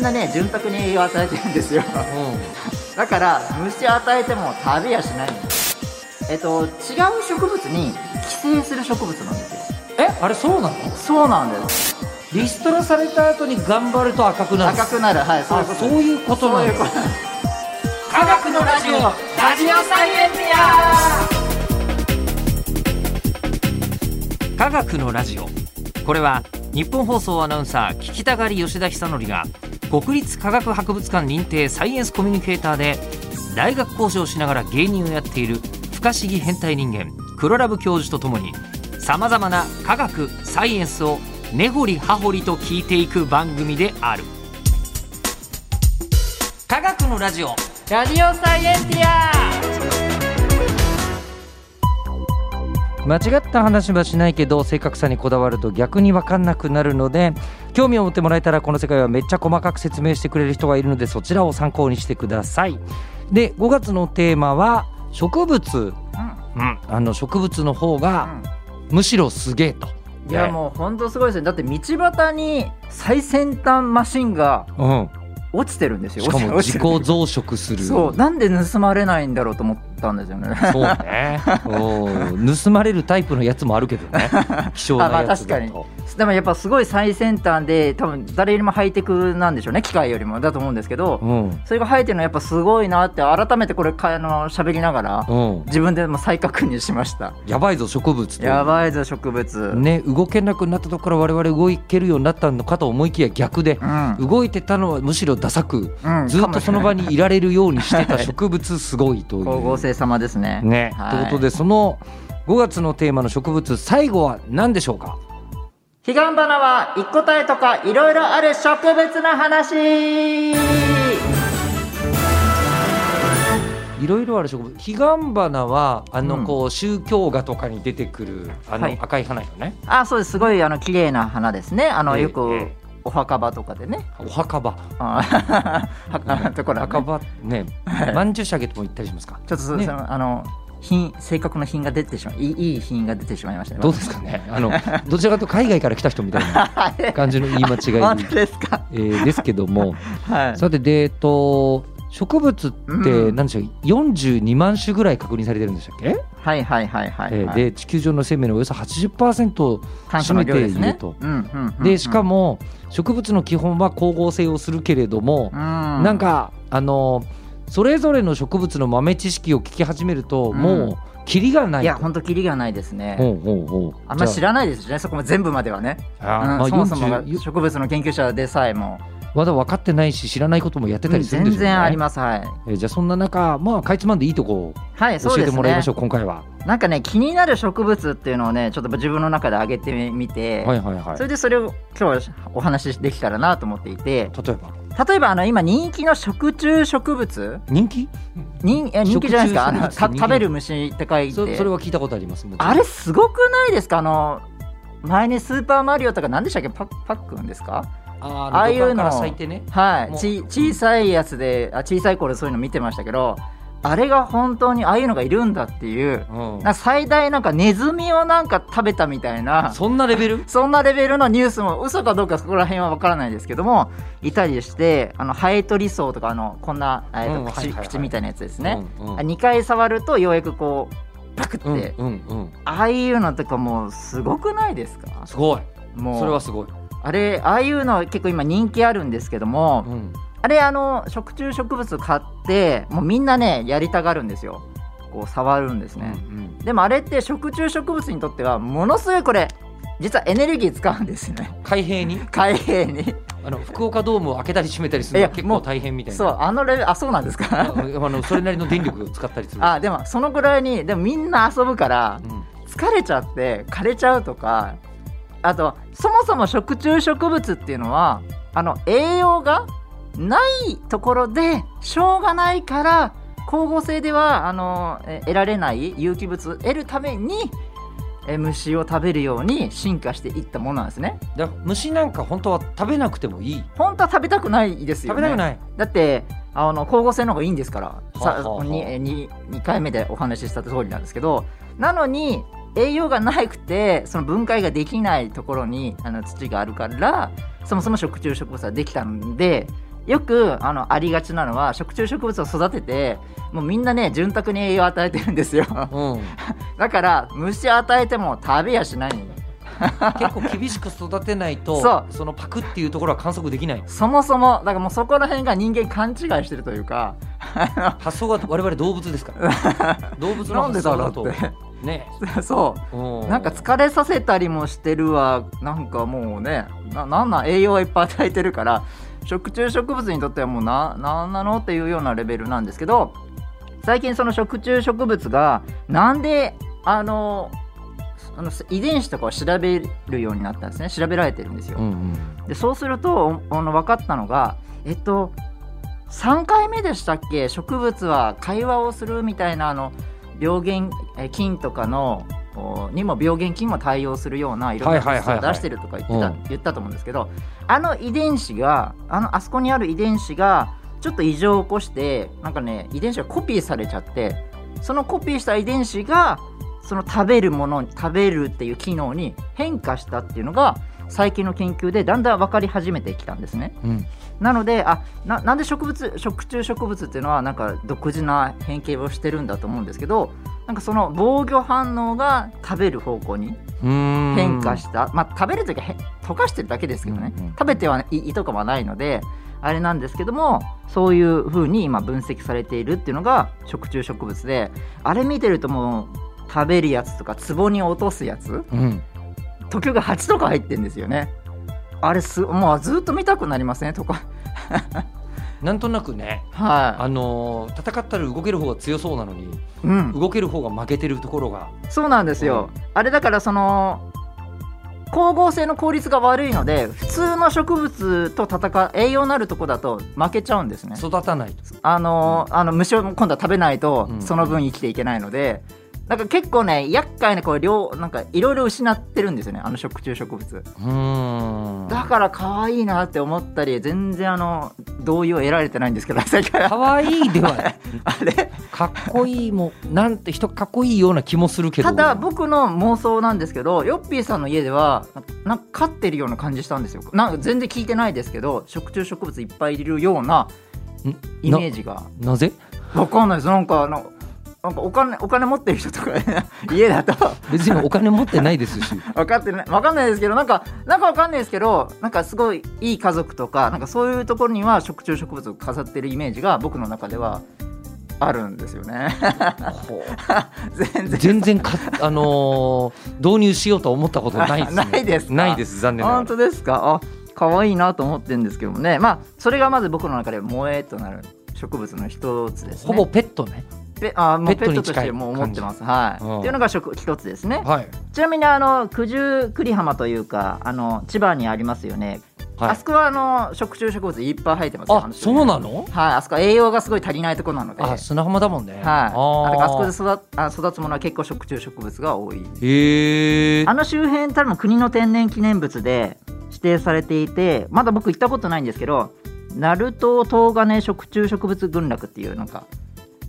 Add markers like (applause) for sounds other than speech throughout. なね潤沢に栄養を与えてるんですよ (laughs) だから虫与えても食べやしないんですえっと違う植物に寄生する植物なんですよえあれそうなのそうなんですリストラされた後に頑張ると赤くなる赤くなるはいそうあそういうことそうなんいうでことす科学のラジオラジオサイエンティア科学のラジオこれは日本放送アナウンサー聞きたがり吉田久典が国立科学博物館認定サイエンスコミュニケーターで大学講師をしながら芸人をやっている不可思議変態人間黒ラブ教授とともにさまざまな科学サイエンスを根掘り葉掘りと聞いていく番組である科学のラジオラジオサイエンティア間違った話はしないけど正確さにこだわると逆に分かんなくなるので興味を持ってもらえたらこの世界はめっちゃ細かく説明してくれる人がいるのでそちらを参考にしてくださいで5月のテーマは植物、うん、あの植物の方がむしろすげえといやもう本当すごいですねだって道端に最先端マシンがう、うん、落ちてるんですよしかも落ちて自己る増殖するそうなんで盗まれないんだろうと思ったんですよね (laughs) そうねおう盗まれるタイプのやつもあるけどね希少なやつだとあまでもやっぱすごい最先端で多分誰よりもハイテクなんでしょうね機械よりもだと思うんですけど、うんそれが生えてるのはやっぱすごいなって改めてこれかあの喋りながらうん自分でも再確認しましたやばいぞ植物というやばいぞ植物、ね、動けなくなったところから我々動けるようになったのかと思いきや逆でう、ん動いてたのはむしろダサく、うんずっとその場にいられるようにしてた植物すごいという。光合成様ですねね、はいということでその5月のテーマの植物最後は何でしょうか彼岸花は一個体とかいろいろある植物の話いろいろある植物彼岸花はあうのんこう宗教画とかに出てくるあのはい赤い花よね、あそうですすごいあの綺麗な花ですねあのええよえくえお墓場とかでねお墓場あ墓の (laughs) ところはね墓場ねまんじゅうしゃげとも言ったりしますかちょっとそ,、ねそのあの品正確な品が出てしまういいいい品が出てしまいましたねどうですかねあのどちらかというと海外から来た人みたい (laughs) な感じの言い間違い本当ですかえーですけども、はいさてで、えっと、植物ってうん何でしょう、42万種ぐらい確認されてるんでしたっけ、はいはいはいはい、えはーいで地球上の生命のおよそ80%を炭素の量です占めていねるとうんうんうんでしかも植物の基本は光合成をするけれどもう、んなんかあのそれぞれの植物の豆知識を聞き始めると、うんもうキリがないいやと。本当キリがないですねほうほうほうあんまじゃ知らないですねそこも全部まではね、あうんあまあそもそもが40植物の研究者でさえもまだ分かってないし知らないこともやってたりするんうでんしょう全ね、然ありますはいえーじゃあそんな中まあかいつまんでいいとこはい教そうえでてすもらいねましょう今回はなんかね気になる植物っていうのをねちょっと自分の中で上げてみて、はいはいはいそれでそれを今日はお話しできたらなと思っていて例えば例えばあの今人気の食虫植物人気人え人気じゃないですかあ食虫植物のた人気食べる虫って書いそてそれは聞いたことありますもちろんあれすごくないですかあの前に「スーパーマリオ」とか何でしたっけパパックンですかあああいうの土管から咲いてねはいもうち小さいやつであ小さい頃そういうの見てましたけどあれが本当にああいうのがいるんだっていううんなんか最大なんかネズミをなんか食べたみたいなそんなレベルそんなレベルのニュースも嘘かどうかそこら辺は分からないですけどもいたりしてあのハエトリソウとかあのこんな、えーとうんはい口はいはい口みたいなやつですね、うんうんあ2回触るとようやくこうパクって、うんうんうんああいうのとかもうすごくないですかすごいもうそれはすごいあれああいうの結構今人気あるんですけども、うんあれあの食虫植物買ってもうみんなねやりたがるんですよこう触るんですね、うんでもあれって食虫植物にとってはものすごいこれ実はエネルギー使うんですね (laughs) 開閉に開閉にあの福岡ドームを開けたり閉めたりするのいはや結も構う大変みたいなそうあのレベルあそうなんですあか (laughs) あのそれなりの電力を使ったりするあでもそのぐらいにでもみんな遊ぶからうん疲れちゃって枯れちゃうとかあとそもそも食虫植物っていうのはあの栄養がないところでしょうがないから光合成ではあのえ得られない有機物を得るためにえ虫を食べるように進化していったものなんですねだから虫なんか本当は食べなくてもいい本当は食べたくないですよ食ねべたくないだってあの光合成の方がいいんですからはあさはあはあにに 2, 回目でお話しした通りなんですけどなのに栄養がなくてその分解ができないところにあの土があるからそもそも食虫植物はできたんでよくあのありがちなのは食虫植物を育ててもうみんなね潤沢に栄養を与えてるんですよ (laughs) うん、だから虫与えても食べやしないんだよ結構厳しく育てないとそそのパクっていうところは観測できないそもそもだからもうそこら辺が人間勘違いしてるというか (laughs) 発想が我々動物ですから動物のなん発でだ想ろだとうってねそううなんか疲れさせたりもしてるわなんかもうねななんなん栄養はいっぱい与えてるから食虫植物にとってはもうななんなのっていうようなレベルなんですけど最近その食虫植物がなんであのあの遺伝子とかを調べるようになったんですね調べられてるんですよ。うんうんでそうするとおあの分かったのがえっと3回目でしたっけ植物は会話をするみたいなあの病原え菌とかのおにも病原菌も対応するようないろんな物質はいはをいはいはい出してるとか言ってたうん言ったと思うんですけどあの遺伝子があのあそこにある遺伝子がちょっと異常を起こしてなんかね遺伝子がコピーされちゃってそのコピーした遺伝子がその食べるものに食べるっていう機能に変化したっていうのが最近の研究でだんだん分かり始めてきたんですね。うんなのであななんで植物食虫植物っていうのはなんか独自な変形をしてるんだと思うんですけどなんかその防御反応が食べる方向にうん変化した、まあ食べるというかへ溶かしてるだけですけどね、うんうん食べてはない胃とかはないのであれなんですけどもそういう風に今分析されているっていうのが食虫植物であれ見てるともう食べるやつとか壺に落とすやつうん時が8とか入ってるんですよねあれすもうずっと見たくなりますねとかなんとなくねはあのー戦ったら動ける方が強そうなのにい、うん、動ける方が負けてるところがそうなんですよ、あれだからその光合成の効率が悪いので普通の植物と戦う栄養のあるとこだと負けちゃうんですね育たないとあのあの虫を今度は食べないとうんその分生きていけないので、なんか結構ね厄介なこう両なんかいろいろ失ってるんですよねあの食虫植物うんだから可愛いなって思ったり全然あの同意を得られてないんですけど (laughs) 最近は可愛いではない (laughs) あれかっこいいもなんて人かっこいいような気もするけどただ僕の妄想なんですけどヨッピーさんの家ではなんか飼ってるような感じしたんですよなんか全然聞いてないですけど食虫植物いっぱいいるようなんイメージがなぜわかんないですなんかあのなんかお金お金持ってる人とか (laughs) 家だと別にお金持ってないですし分かってないわかんないですけどなんかなんかわかんないですけどなんかすごいいい家族とかなんかそういうところには食虫植物を飾ってるイメージが僕の中ではあるんですよね (laughs) 全然 (laughs) 全然か、あのー導入しようとは思ったことないです、ね、 (laughs) ないですかないです残念なが本ら当ですかあ可愛いなと思ってるんですけどもねまあそれがまず僕の中で萌えとなる植物の一つですほねぼペットねペあもうペペットッにトとし近いてもう思ってますはい、うんっていうのが食一つですねはい、ちなみにあの九十九里浜というかあの千葉にありますよね、はあいそこはあの食虫植物いっぱい生えてますよあそうなの周のりはいあそこは栄養がすごい足りないところなのではあい砂浜だもんねあだからあそこでこ育あ育つものは結構食虫植物が多いでへえあの周辺多分国の天然記念物で指定されていてまだ僕行ったことないんですけど鳴門東金食虫植物群落っていうなんか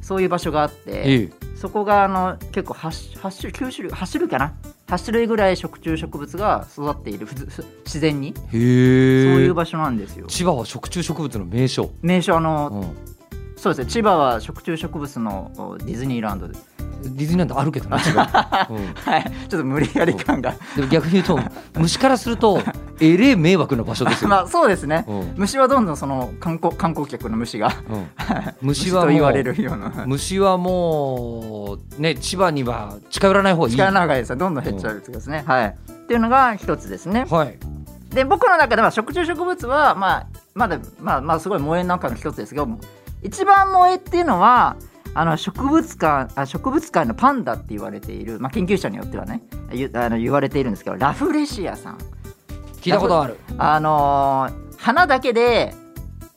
そういう場所があってえそこがあの結構 8, 8種9種類8種類かな8種類ぐらい食虫植物が育っているふつふ自然にえそうへいえう場所なんですよ。千葉は食虫植物の名所、名所あのうん、そうですね千葉は食虫植物のおディズニーランドです。ディズニーランドあるけどね (laughs) 千葉、うんはいちょっと無理やり感がでも逆に言うと虫からするとえれえ迷惑な場所です (laughs) よ、まあそうですねうんうん虫はどんどんその観光観光客の虫が (laughs) 虫はもとう言われるような虫はもうね千葉には近寄らない方がいい力の長いですよどんどん減っちゃうってことですね、はいっていうのが一つですねはいで僕の中では食虫植物は、まあ、まだまあまあすごい萌えの中の一つですけど一番萌えっていうのはあの植物館あ植物界のパンダって言われている、まあ、研究者によってはねゆあの言われているんですけどラフレシアさん聞いたことあるあのー花だけで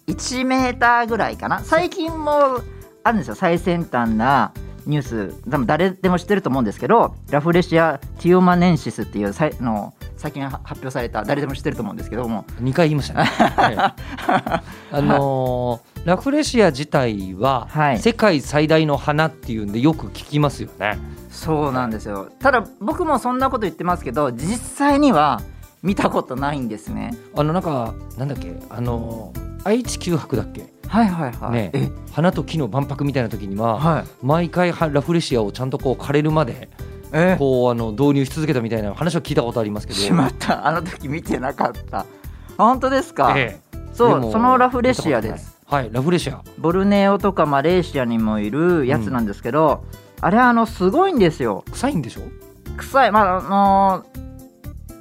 1メーターぐらいかな最近もあるんですよ最先端なニュース多分誰でも知ってると思うんですけどラフレシア・ティオマネンシスっていうさいの最近発表された誰でも知ってると思うんですけども2回言いま (laughs) したね、はいあのーラフレシア自体ははい世界最大の花っていうんでよく聞きますよね、そうなんですよただ僕もそんなこと言ってますけど実際には見たことないんですねあのなんかなんだっけあのー愛知九博だっけはいはいはい。ねえ花と木の万博みたいな時にははい。毎回はラフレシアをちゃんとこう枯れるまでえこうあの導入し続けたみたいな話を聞いたことありますけどしまった。あの時見てなかった。あ本当ですか、ええでそう、もそのラフレシアです。はいラフレシアボルネオとかマレーシアにもいるやつなんですけど、あれはあのすごいんですよ臭いんでしょ臭いまああの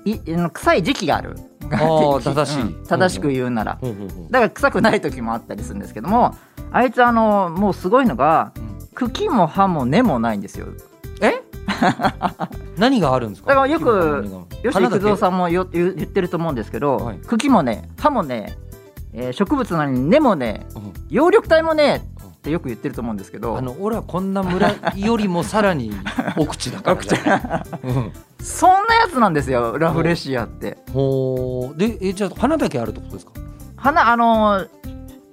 いあの臭い時期があるあー正しいうん正しく言うなら、ほうほうほうだから臭くない時もあったりするんですけどもあいつあのもうすごいのがうん茎も葉も根もないんですよ何があるんですかだからよく木の葉吉幾三んさんもよ言言ってると思うんですけど、はい茎もね葉もね、えー植物なのに根もね葉緑体もねってよく言ってると思うんですけどあの俺はこんな村よりもさらに奥地だからねうんそんなやつなんですよラフレシアって。ほうでえじゃあ花だけあるってことですか花あのー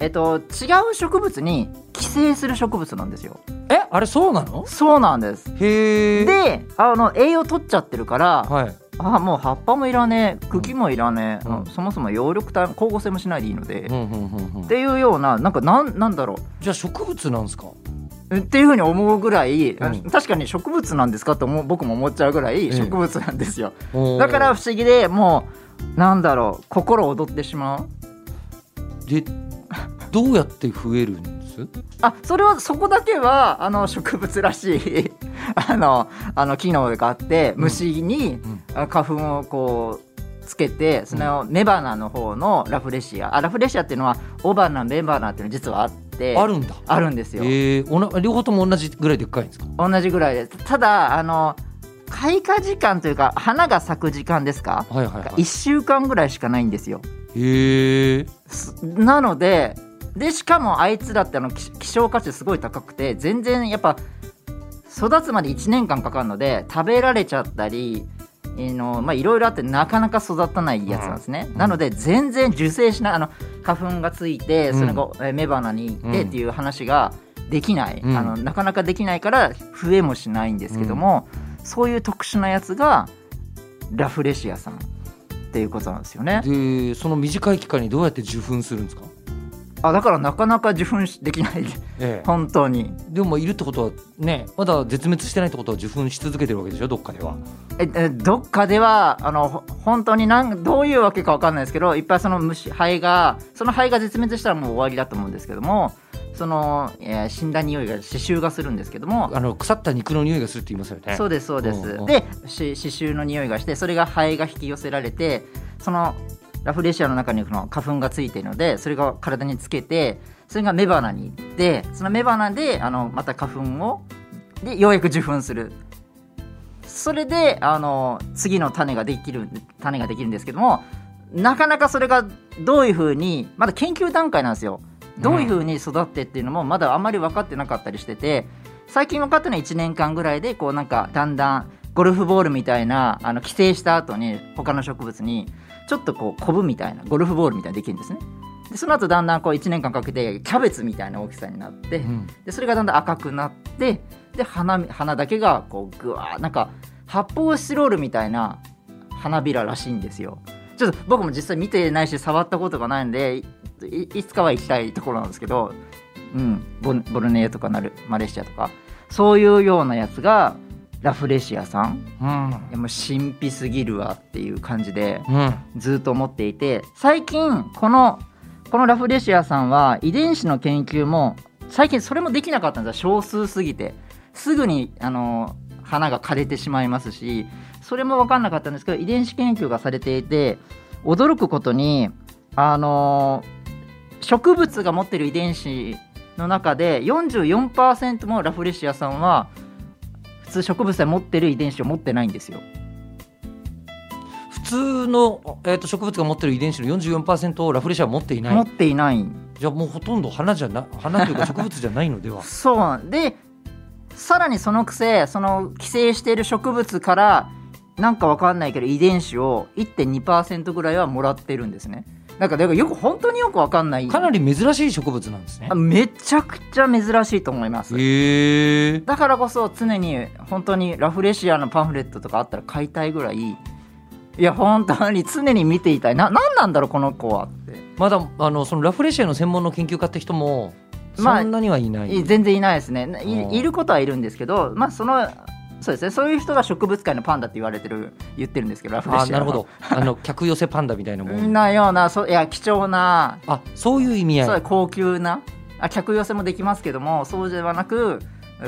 えっと違う植物に寄生する植物なんですよえあれそうなのそうなんですへえであの栄養取っちゃってるから、はいあもう葉っぱもいらねえ茎もいらねえ、うんうんそもそも葉緑体光合成もしないでいいので、っうんうんうんうんていうようななんかなんなんだろじゃあ植物なんですかうっていうふうに思うぐらい、うん確かに植物なんですかと思う僕も思っちゃうぐらいえ植物なんですよ、ほうだから不思議でもうなんだろう心躍ってしまうでどうやって増えるんですあそれはそこだけはあの植物らしい (laughs) あのあの機能があってうん虫にんあ花粉をこうつけてその雌花の方のラフレシアあラフレシアっていうのは雄花雌花っていうの実はあってあるんだあるんですよ、えーおな両方とも同じぐらいでっかいんですか同じぐらいですただあの開花時間というか花が咲く時間ですかはいはいはい1週間ぐらいしかないんですよへえすなのででしかもあいつらってあの希希少価値すごい高くて全然やっぱ育つまで1年間かかるので食べられちゃったりえーのまあいろいろあってなかなか育たないやつなんですね、うんなので全然受精しないあの花粉がついてうんその後、えー雌花に行ってうんっていう話ができない、うんあのなかなかできないから増えもしないんですけども、そういう特殊なやつがラフレシアさんっていうことなんですよね。でその短い期間にどうやって受粉するんですかあだからなかなか受粉しできない (laughs) ええ本当にでもいるってことはねまだ絶滅してないってことは受粉し続けてるわけでしょどっかではええどっかではあのほ本当になんどういうわけかわかんないですけどいっぱいその虫肺がその肺が絶滅したらもう終わりだと思うんですけどもその、えー死んだ匂いが刺繍がするんですけどもあの腐った肉の匂いがするって言いますよねそうですそうです、うんうんでし刺繍の匂いがしてそれが肺が引き寄せられてそのラフレシアの中にこの花粉がついているのでそれが体につけてそれが雌花に行ってその雌花であのまた花粉をでようやく受粉するそれであの次の種ができる種ができるんですけどもなかなかそれがどういうふうにまだ研究段階なんですよどういうふうに育ってっていうのもまだあまり分かってなかったりしてて最近分かったのは1年間ぐらいでこうなんかだんだんゴルフボールみたいなあの寄生した後に他の植物にちょっとこうコブみたいなゴルフボールみたいなのできるんですねでその後だんだんこう1年間かけてキャベツみたいな大きさになって、うんでそれがだんだん赤くなってで花花だけがこうぐわーなんか発泡スチロールみたいな花びららしいんですよちょっと僕も実際見てないし触ったことがないんでいいいつかは行きたいところなんですけど、うん、ボルボルネーとかなるマレーシアとかそういうようなやつがラフレシアさんうんいやもう神秘すぎるわっていう感じでうんずっと思っていて最近このこのラフレシアさんは遺伝子の研究も最近それもできなかったんですよ少数すぎてすぐにあの花が枯れてしまいますしそれも分かんなかったんですけど遺伝子研究がされていて驚くことにあの植物が持ってる遺伝子の中で44%もラフレシアさんは普通植物が持ってる遺伝子を持ってないんですよ。普通の、えー、と植物が持ってる遺伝子の44%をラフレシアは持っていな持いっていないじゃあもうほとんど花じゃな花と (laughs) いうか植物じゃないのではそうでさらにそのくせその寄生している植物からなんかわかんないけど遺伝子を1.2%ぐらいはもらってるんですねなんかだからよく本当によくわかんないかなり珍しい植物なんですねあめちゃくちゃ珍しいと思いますへえだからこそ常に本当にラフレシアのパンフレットとかあったら買いたいぐらいいや本当に常に見ていたいな何なんだろうこの子はってまだあのそのラフレシアの専門の研究家って人もそまあんなにはいない、い全然いないですねうんいいることはいるんですけどまあそのそうですねそういう人が植物界のパンダって言われてる言ってるんですけどラフレシアあはなる (laughs) ほどあの客寄せパンダみたいなもん、なようなそういや貴重なあそういう意味そう合だい高級なあ客寄せもできますけどもそうではなく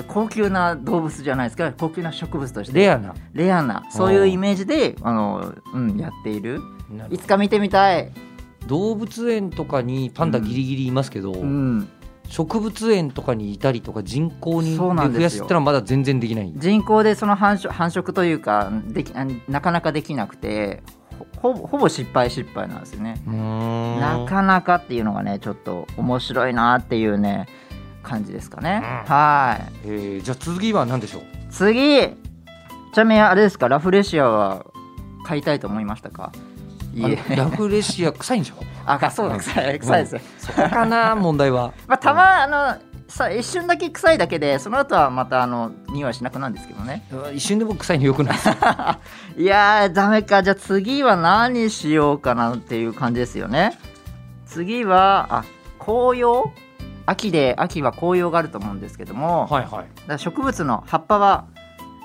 高級な動物じゃないですか高級な植物としてレアなレアなそういうイメージであの、うん、やっているなるいつか見てみたい、動物園とかにパンダギリギリいますけど、うん、植物園とかにいたりとか人口にそうなんですよ増やすってのはまだ全然できない人口でその繁殖繁殖というかできあなかなかできなくてほほぼほぼ失敗失敗なんですよね、ななかなかっていうのがねちょっと面白いなっていうね感じですかね、うんはいえーじゃあ次は何でしょう次ちなみにあれですかラフレシアは買いたいと思いましたかいあえ (laughs) のラフレシア臭いんでしょあかそうだ臭い臭いですよ、そこかな問題はまあ、たまあのさ一瞬だけ臭いだけでその後はまたあの匂いしなくなるんですけどね一瞬でも臭いのよくない (laughs) ですいやーダメかじゃあ次は何しようかなっていう感じですよね次はあ紅葉秋で秋は紅葉があると思うんですけども、はいはい、だから植物の葉っぱは、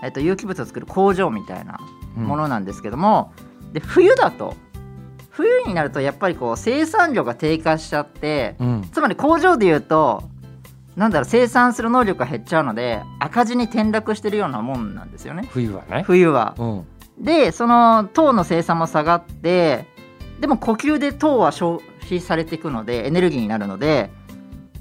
えっと、有機物を作る工場みたいなうんものなんですけども、で冬だと冬になるとやっぱりこう生産量が低下しちゃってうんつまり工場でいうとなんだろう生産する能力が減っちゃうので赤字に転落してるようなもんなんですよね冬はね冬は。うんでその糖の生産も下がってでも呼吸で糖は消費されていくのでエネルギーになるので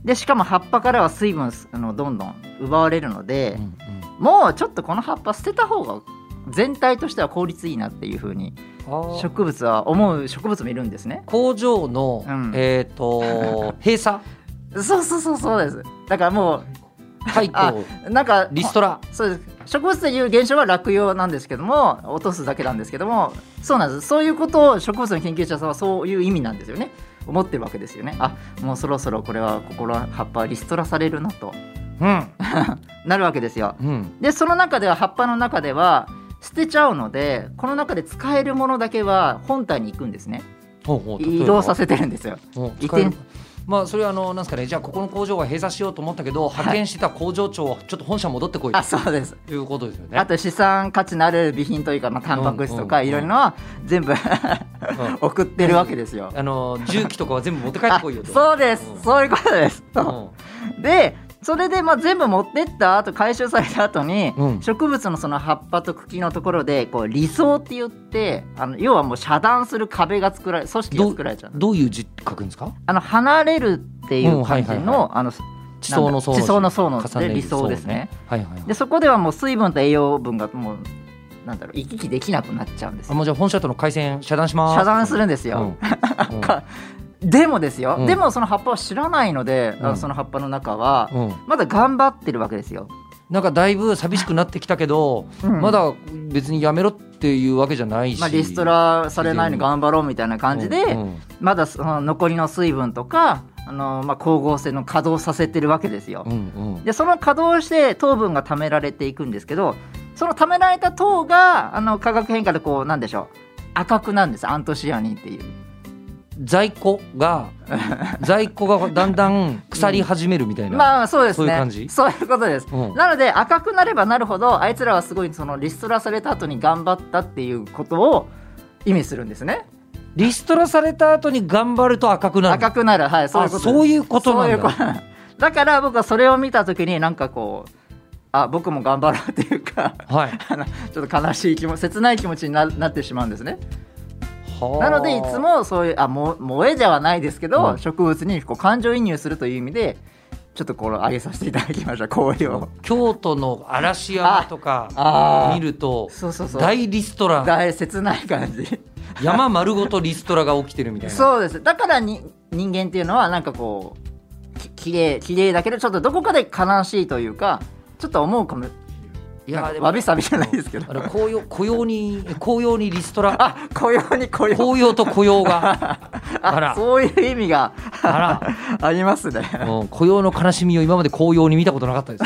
でしかも葉っぱからは水分あのどんどん奪われるので、うんもうちょっとこの葉っぱ捨てた方が全体としては効率いいなっていうふうにうんあー植物は思う植物もいるんですね工場の、うんえっ、と (laughs) 閉鎖そうそうそうそうですだからも解雇うなんかリストラそうです植物という現象は落葉なんですけども落とすだけなんですけどもそうなんですそういうことを植物の研究者さんはそういう意味なんですよね思ってるわけですよねあもうそろそろこれは心葉っぱはリストラされるなとうんなるわけですようんでその中では葉っぱの中では捨てちゃうのでこの中で使えるものだけは本体に行くんですねほうほう移動させてるんですよもう移使える転まあそれはあのなんですかねじゃあここの工場は閉鎖しようと思ったけど派遣してた工場長はちょっと本社戻ってこいあそうですということですよね。あと資産価値のある備品というか、まあ、タンパク質とうんかうんいろいろなのは全部 (laughs) うん送ってるわけですよあの重機とかは全部持って帰ってあこいよと。そうです、うんそういうことです、うんでそれでまあ全部持ってった後回収された後に、うん植物のその葉っぱと茎のところでこう理想って言ってあの要はもう遮断する壁が作られ組織が作られちゃうどういう字書くんですか？あの離れるっていう感じうんはいはいのあの地層の層字地層の層の重ねるで理想ですね層はいはいはい。でそこではもう水分と栄養分がもうなんだろう行き来できなくなっちゃうんですあよもうじゃあ本社との回線遮断します。遮断するんですうん。よ、うんかでもですよ、うんでもその葉っぱを知らないので、あうのんその葉っぱの中は、うんまだ頑張ってるわけですよ、なんかだいぶ寂しくなってきたけど、うんまだ別にやめろっていうわけじゃないし。まあ、リストラされないように頑張ろうみたいな感じで、うんうんまだその残りの水分とかあの、まあ、光合成の稼働させてるわけですよ、うんうんでその稼働して糖分が貯められていくんですけどその貯められた糖があの化学変化でこうなんでしょう赤くなるんですアントシアニンっていう在庫 (laughs) が在庫がだんだん腐り始めるみたいな。まあそうですねそういう感じそういうことです、うんなので赤くなればなるほどあいつらはすごいそのリストラされた後に頑張ったっていうことを意味するんですねリストラされた後に頑張ると赤くなる。赤くなるはいそういうあことですそういうことなんそうだ。いうことなんだから僕はそれを見た時になんかこうあ僕も頑張ろうっていうか (laughs) はい。あのちょっと悲しい気も切ない気持ちにななってしまうんですねはあなのでいつもそういうあも萌えではないですけど、うん植物にこう感情移入するという意味でちょっとこれ上げさせていただきました紅葉を京都の嵐山とあかあー見ると (laughs) そうそうそう大リストラ大切ない感 (laughs) じ山丸ごとリストラが起きてるみたいなそうですだからに人間っていうのはなんかこうき綺麗綺麗だけどちょっとどこかで悲しいというかちょっと思うかもなんいやかでもわびさびじゃないですけどあの紅葉紅葉に紅葉にリストラ (laughs) あ雇用に雇用紅葉と雇用 (laughs) がああらそういう意味が (laughs) あありますねら、うん、雇用の悲しみを今まで紅葉に見たことなかったで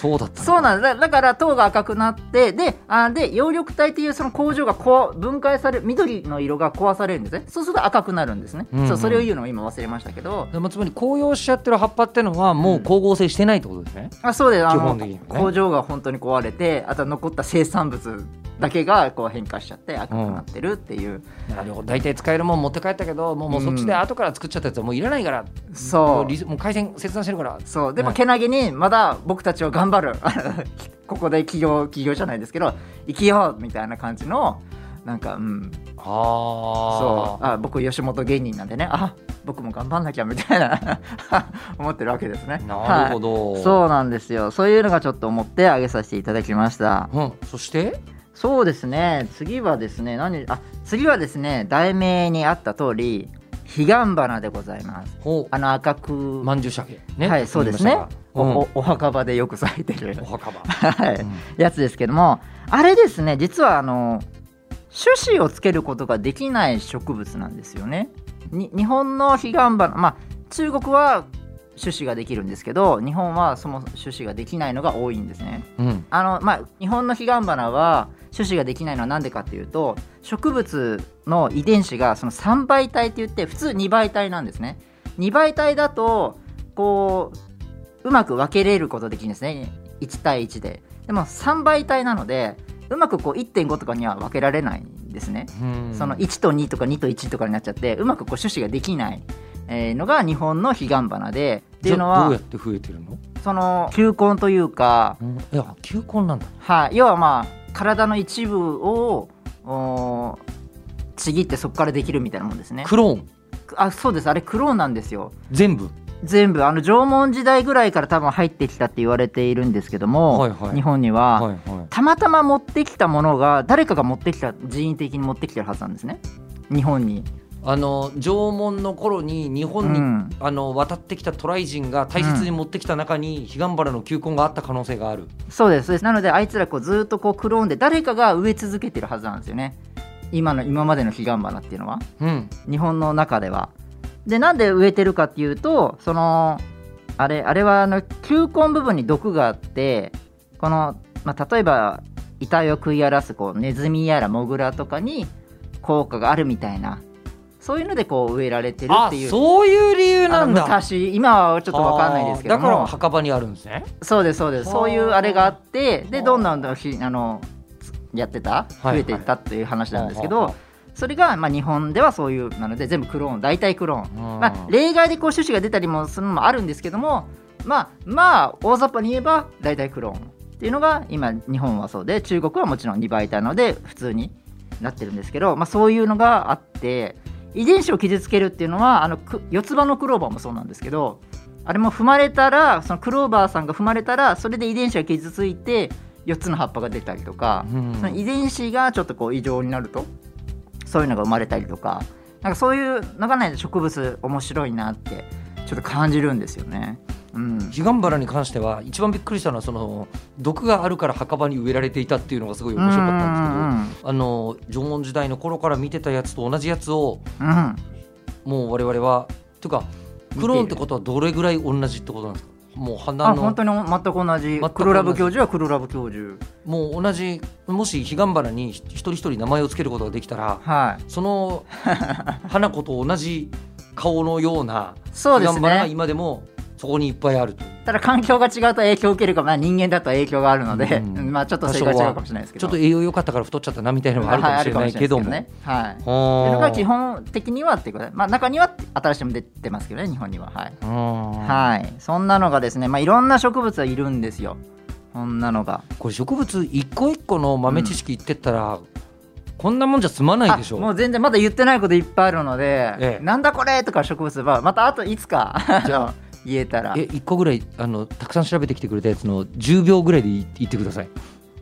(laughs) そうだったのそうなんだだから糖が赤くなってであで葉緑体っていうその工場がこう分解され緑の色が壊されるんですねそうすると赤くなるんですね、うんうんそうそれを言うのを今忘れましたけどでもつまり紅葉しちゃってる葉っぱってのはもう光合成してないってことですね、あそうですあ基の本的にはね工場が本当に壊れてあとは残った生産物だけがこう変化しちゃって赤くなってるっていう、なるほど大体使えるもん持って帰ったけどもうもうそっちで後から作っちゃったやつはもういらないから、もそううリもう回線切断してるからそうでもはいけなげにまだ僕たちは頑張る (laughs) ここで起業起業じゃないですけど生きようみたいな感じのなんかうんあそうあ僕吉本芸人なんでねあ僕も頑張んなきゃみたいな (laughs) 思ってるわけですねなるほど、ど、はいそうなんですよそういうのがちょっと思ってあげさせていただきましたう、うん、そしてそうですね次はですね何あ次はですね題名にあった通り彼岸花でございますほあの赤く、まんじゅうしゃけねはいそうですね言いましたおがうんおお墓場でよく咲いてるお墓場、 (laughs) はいうんやつですけどもあれですね実はあの種子をつけることができない植物なんですよね。に日本の彼岸花まあ中国は種子ができるんですけど日本はそもそも種子ができないのが多いんですね。うんあのまあ、日本の彼岸花は種子ができないのは何でかっていうと植物の遺伝子がその3倍体って言って普通2倍体なんですね2倍体だとこううまく分けれることできるんですね1対1ででも3倍体なのでうまくこう1.5とかには分けられないんですねうんその1と2とか2と1とかになっちゃってうまくこう種子ができないえーのが日本の彼岸花でっていうのじゃあどうやはって増えてるの、その球根というかうん、いや球根なんだはい、要はまあ体の一部をおーちぎってそこからできるみたいなもんですねクローンあそうですあれクローンなんですよ全部全部あの縄文時代ぐらいから多分入ってきたって言われているんですけども、はいはい日本には、はいはたまたま持ってきたものが誰かが持ってきた人為的に持ってきてるはずなんですね日本に、いあの縄文の頃に日う本に、ん、あの渡ってきた渡来人が大切に持ってきた中に彼岸原の球根があった可能性がある、そうですそうですなのであいつらこうずーっとこうクローンで誰かが植え続けてるはずなんですよね今の今までの彼岸花っていうのはうん、日本の中では。でなんで植えてるかっていうとそのあれあれはあの球根部分に毒があってこの、まあ、例えば遺体を食い荒らすこうネズミやらモグラとかに効果があるみたいなそういうのでこう植えられてるっあていう。そういう理由なんだあの昔今はちょっとわかんないですけどあーだからも墓場にあるんですねそうですそうですはあそういうあれがあってではあどんどんどんひあのつやってたいは増いえていったっていう話なんですけはあどはそれがまあ日本ではそういうなので全部クローン大体クローンまあ、例外でこう種子が出たりもするのもあるんですけどもまあまあ大雑把に言えば大体クローンっていうのが今日本はそうで中国はもちろん2倍体なので普通になってるんですけど、まあ、そういうのがあって遺伝子を傷つけるっていうのはあのく四つ葉のクローバーもそうなんですけどあれも踏まれたらそのクローバーさんが踏まれたらそれで遺伝子が傷ついて4つの葉っぱが出たりとか、うんその遺伝子がちょっとこう異常になるとそういうのが生まれたりとかなんかそういうのがね植物面白いなってちょっと感じるんですよね。うん彼、岸原に関しては一番びっくりしたのはその毒があるから墓場に植えられていたっていうのがすごい面白かったんんですですけどあの縄文時代の頃から見てたやつと同じやつをけど。うんもう我々はというかクローンってことはどれぐらい同じってことなんですかもうあ花の本当に全く同じく同じ黒ラブ教授は黒ラブ教授もう同じもし彼岸原に一人一人名前をつけることができたらはい (laughs) その花子と同じ顔のようなそうです彼岸原がね今でもそこにいっぱいあるというただ環境が違うと影響を受けるか、まあ、人間だと影響があるので、う (laughs) んまあちょっと正解違うかもしれないですけちょどっと栄養良かったから太っちゃったなみたいなのがあるかもしれないけども。はいあるかもしれないですけどねはいっていうのが基は本的にはっていうことで、まあ、中には新しいのも出てますけどね日本にははいあうんはい、そんなのがですね、まあ、いろんな植物はいるんですよ。そんなのが。これ植物一個一個の豆知識言ってったら、こんなもんじゃ済まないでしょあもう全然まだ言ってないこといっぱいあるので、ええなんだこれとか植物はまたあといつかあの言えたらえ。一個ぐらいあのたくさん調べてきてくれたやつの10秒ぐらいでい言ってください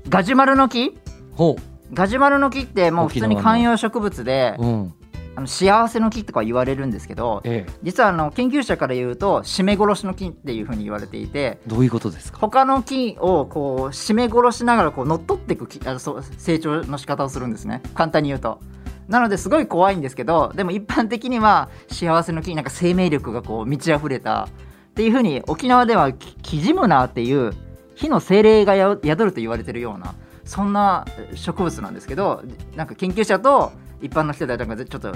ガジュマルの木ほガジュマルの木ってもう普通に沖縄の観葉植物でう、うんあの幸せの木とか言われるんですけどええ実はあの研究者から言うと締め殺しの木っていうふうに言われていてどういうことですか他の木をこう締め殺しながらこう乗っ取っていく木あそう成長の仕方をするんですね簡単に言うとなのですごい怖いんですけどでも一般的には幸せの木なんか生命力がこう満ち溢れたっていうふうに沖縄ではキキジムナーっていう火の精霊がや宿ると言われてるようなそんな植物なんですけどなんか研究者と一般の人たちがちょっと違う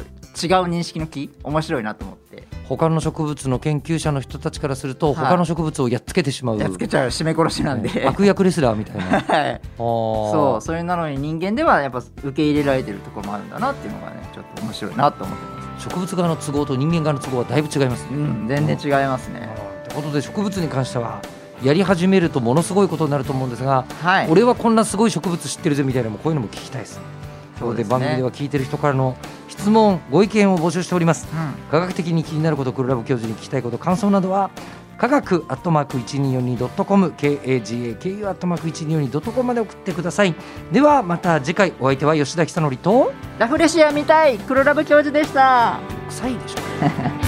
認識の木面白いなと思って他の植物の研究者の人たちからすると、はい他の植物をやっつけてしまうやっつけちゃう締め殺しなんで、ね悪役レスラーみた (laughs) いなはい、そそうそれなのに人間ではやっぱ受け入れられてるところもあるんだなっていうのがねちょっと面白いなと思ってます、植物側の都合と人間側の都合はだいぶ違いますねうん、全然違いますあね、ーってことで植物に関してはやり始めるとものすごいことになると思うんですが、はい俺はこんなすごい植物知ってるぜみたいなのもこういうのも聞きたいですねそうでですね番組では聞いてる人からの質問ご意見を募集しておりますうん科学的に気になること黒ラブ教授に聞きたいこと感想などは科学アットマーク 1242.com KAGAKU アットマーク 1242.com まで送ってくださいではまた次回お相手は吉田久典とラフレシア見たい黒ラブ教授でした臭いでしょ